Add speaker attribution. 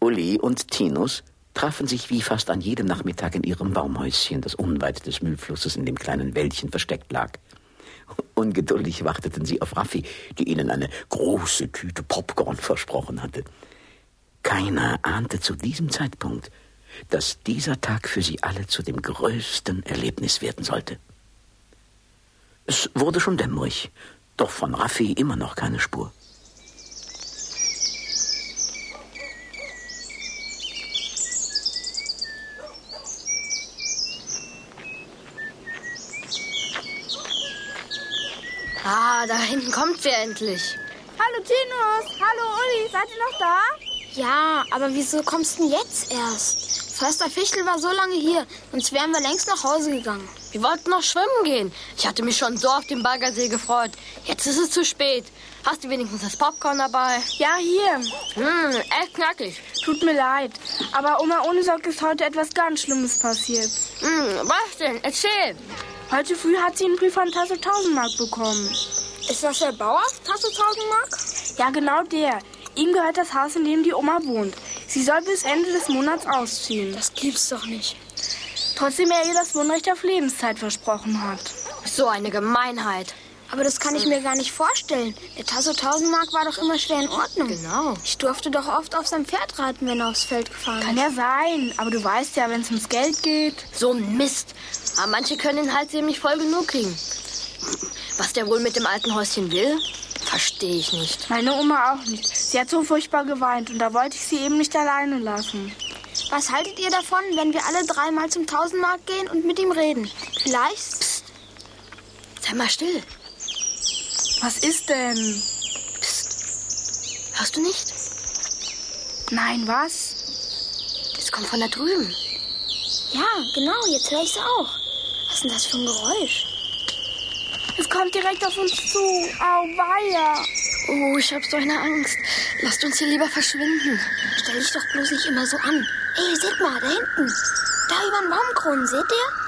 Speaker 1: und Tinus trafen sich wie fast an jedem Nachmittag in ihrem Baumhäuschen, das unweit des Mühlflusses in dem kleinen Wäldchen versteckt lag. Ungeduldig warteten sie auf Raffi, die ihnen eine große Tüte Popcorn versprochen hatte. Keiner ahnte zu diesem Zeitpunkt, dass dieser Tag für sie alle zu dem größten Erlebnis werden sollte. Es wurde schon dämmerig, doch von Raffi immer noch keine Spur.
Speaker 2: Ah, da hinten kommt wer endlich.
Speaker 3: Hallo Tinus, hallo Uli, seid ihr noch da?
Speaker 2: Ja, aber wieso kommst du denn jetzt erst? Förster Fichtel war so lange hier, sonst wären wir längst nach Hause gegangen. Wir wollten noch schwimmen gehen. Ich hatte mich schon so auf den Baggersee gefreut. Jetzt ist es zu spät. Hast du wenigstens das Popcorn dabei?
Speaker 3: Ja, hier.
Speaker 2: Hm, echt knackig.
Speaker 3: Tut mir leid, aber Oma Ohnesock ist heute etwas ganz Schlimmes passiert.
Speaker 2: Hm, was denn? Erzähl.
Speaker 3: Heute früh hat sie einen Brief von Tasso Tausendmark bekommen.
Speaker 2: Ist das der Bauer, Tasso Tausendmark?
Speaker 3: Ja, genau der. Ihm gehört das Haus, in dem die Oma wohnt. Sie soll bis Ende des Monats ausziehen.
Speaker 2: Das gibt's doch nicht.
Speaker 3: Trotzdem er ihr das Wohnrecht auf Lebenszeit versprochen hat.
Speaker 2: So eine Gemeinheit.
Speaker 4: Aber das kann ich mir gar nicht vorstellen. Der Tasso Tausendmark war doch immer schwer in Ordnung.
Speaker 2: Genau.
Speaker 4: Ich durfte doch oft auf seinem Pferd reiten, wenn er aufs Feld gefahren
Speaker 3: Kann
Speaker 4: ist.
Speaker 3: ja sein, aber du weißt ja, wenn es ums Geld geht.
Speaker 2: So ein Mist. Aber manche können den Hals eben nicht voll genug kriegen. Was der wohl mit dem alten Häuschen will, verstehe ich nicht.
Speaker 3: Meine Oma auch nicht. Sie hat so furchtbar geweint und da wollte ich sie eben nicht alleine lassen.
Speaker 4: Was haltet ihr davon, wenn wir alle dreimal zum Tausendmark gehen und mit ihm reden? Vielleicht?
Speaker 2: Sei mal still.
Speaker 3: Was ist denn?
Speaker 2: Hörst du nicht?
Speaker 3: Nein, was?
Speaker 2: Das kommt von da drüben.
Speaker 4: Ja, genau, jetzt höre ich's auch. Was ist denn das für ein Geräusch?
Speaker 3: Es kommt direkt auf uns zu. Auweia.
Speaker 2: Oh, ich hab so eine Angst. Lasst uns hier lieber verschwinden.
Speaker 4: Stell dich doch bloß nicht immer so an. Ey, seht mal, da hinten. Da über den Baumkronen, seht ihr?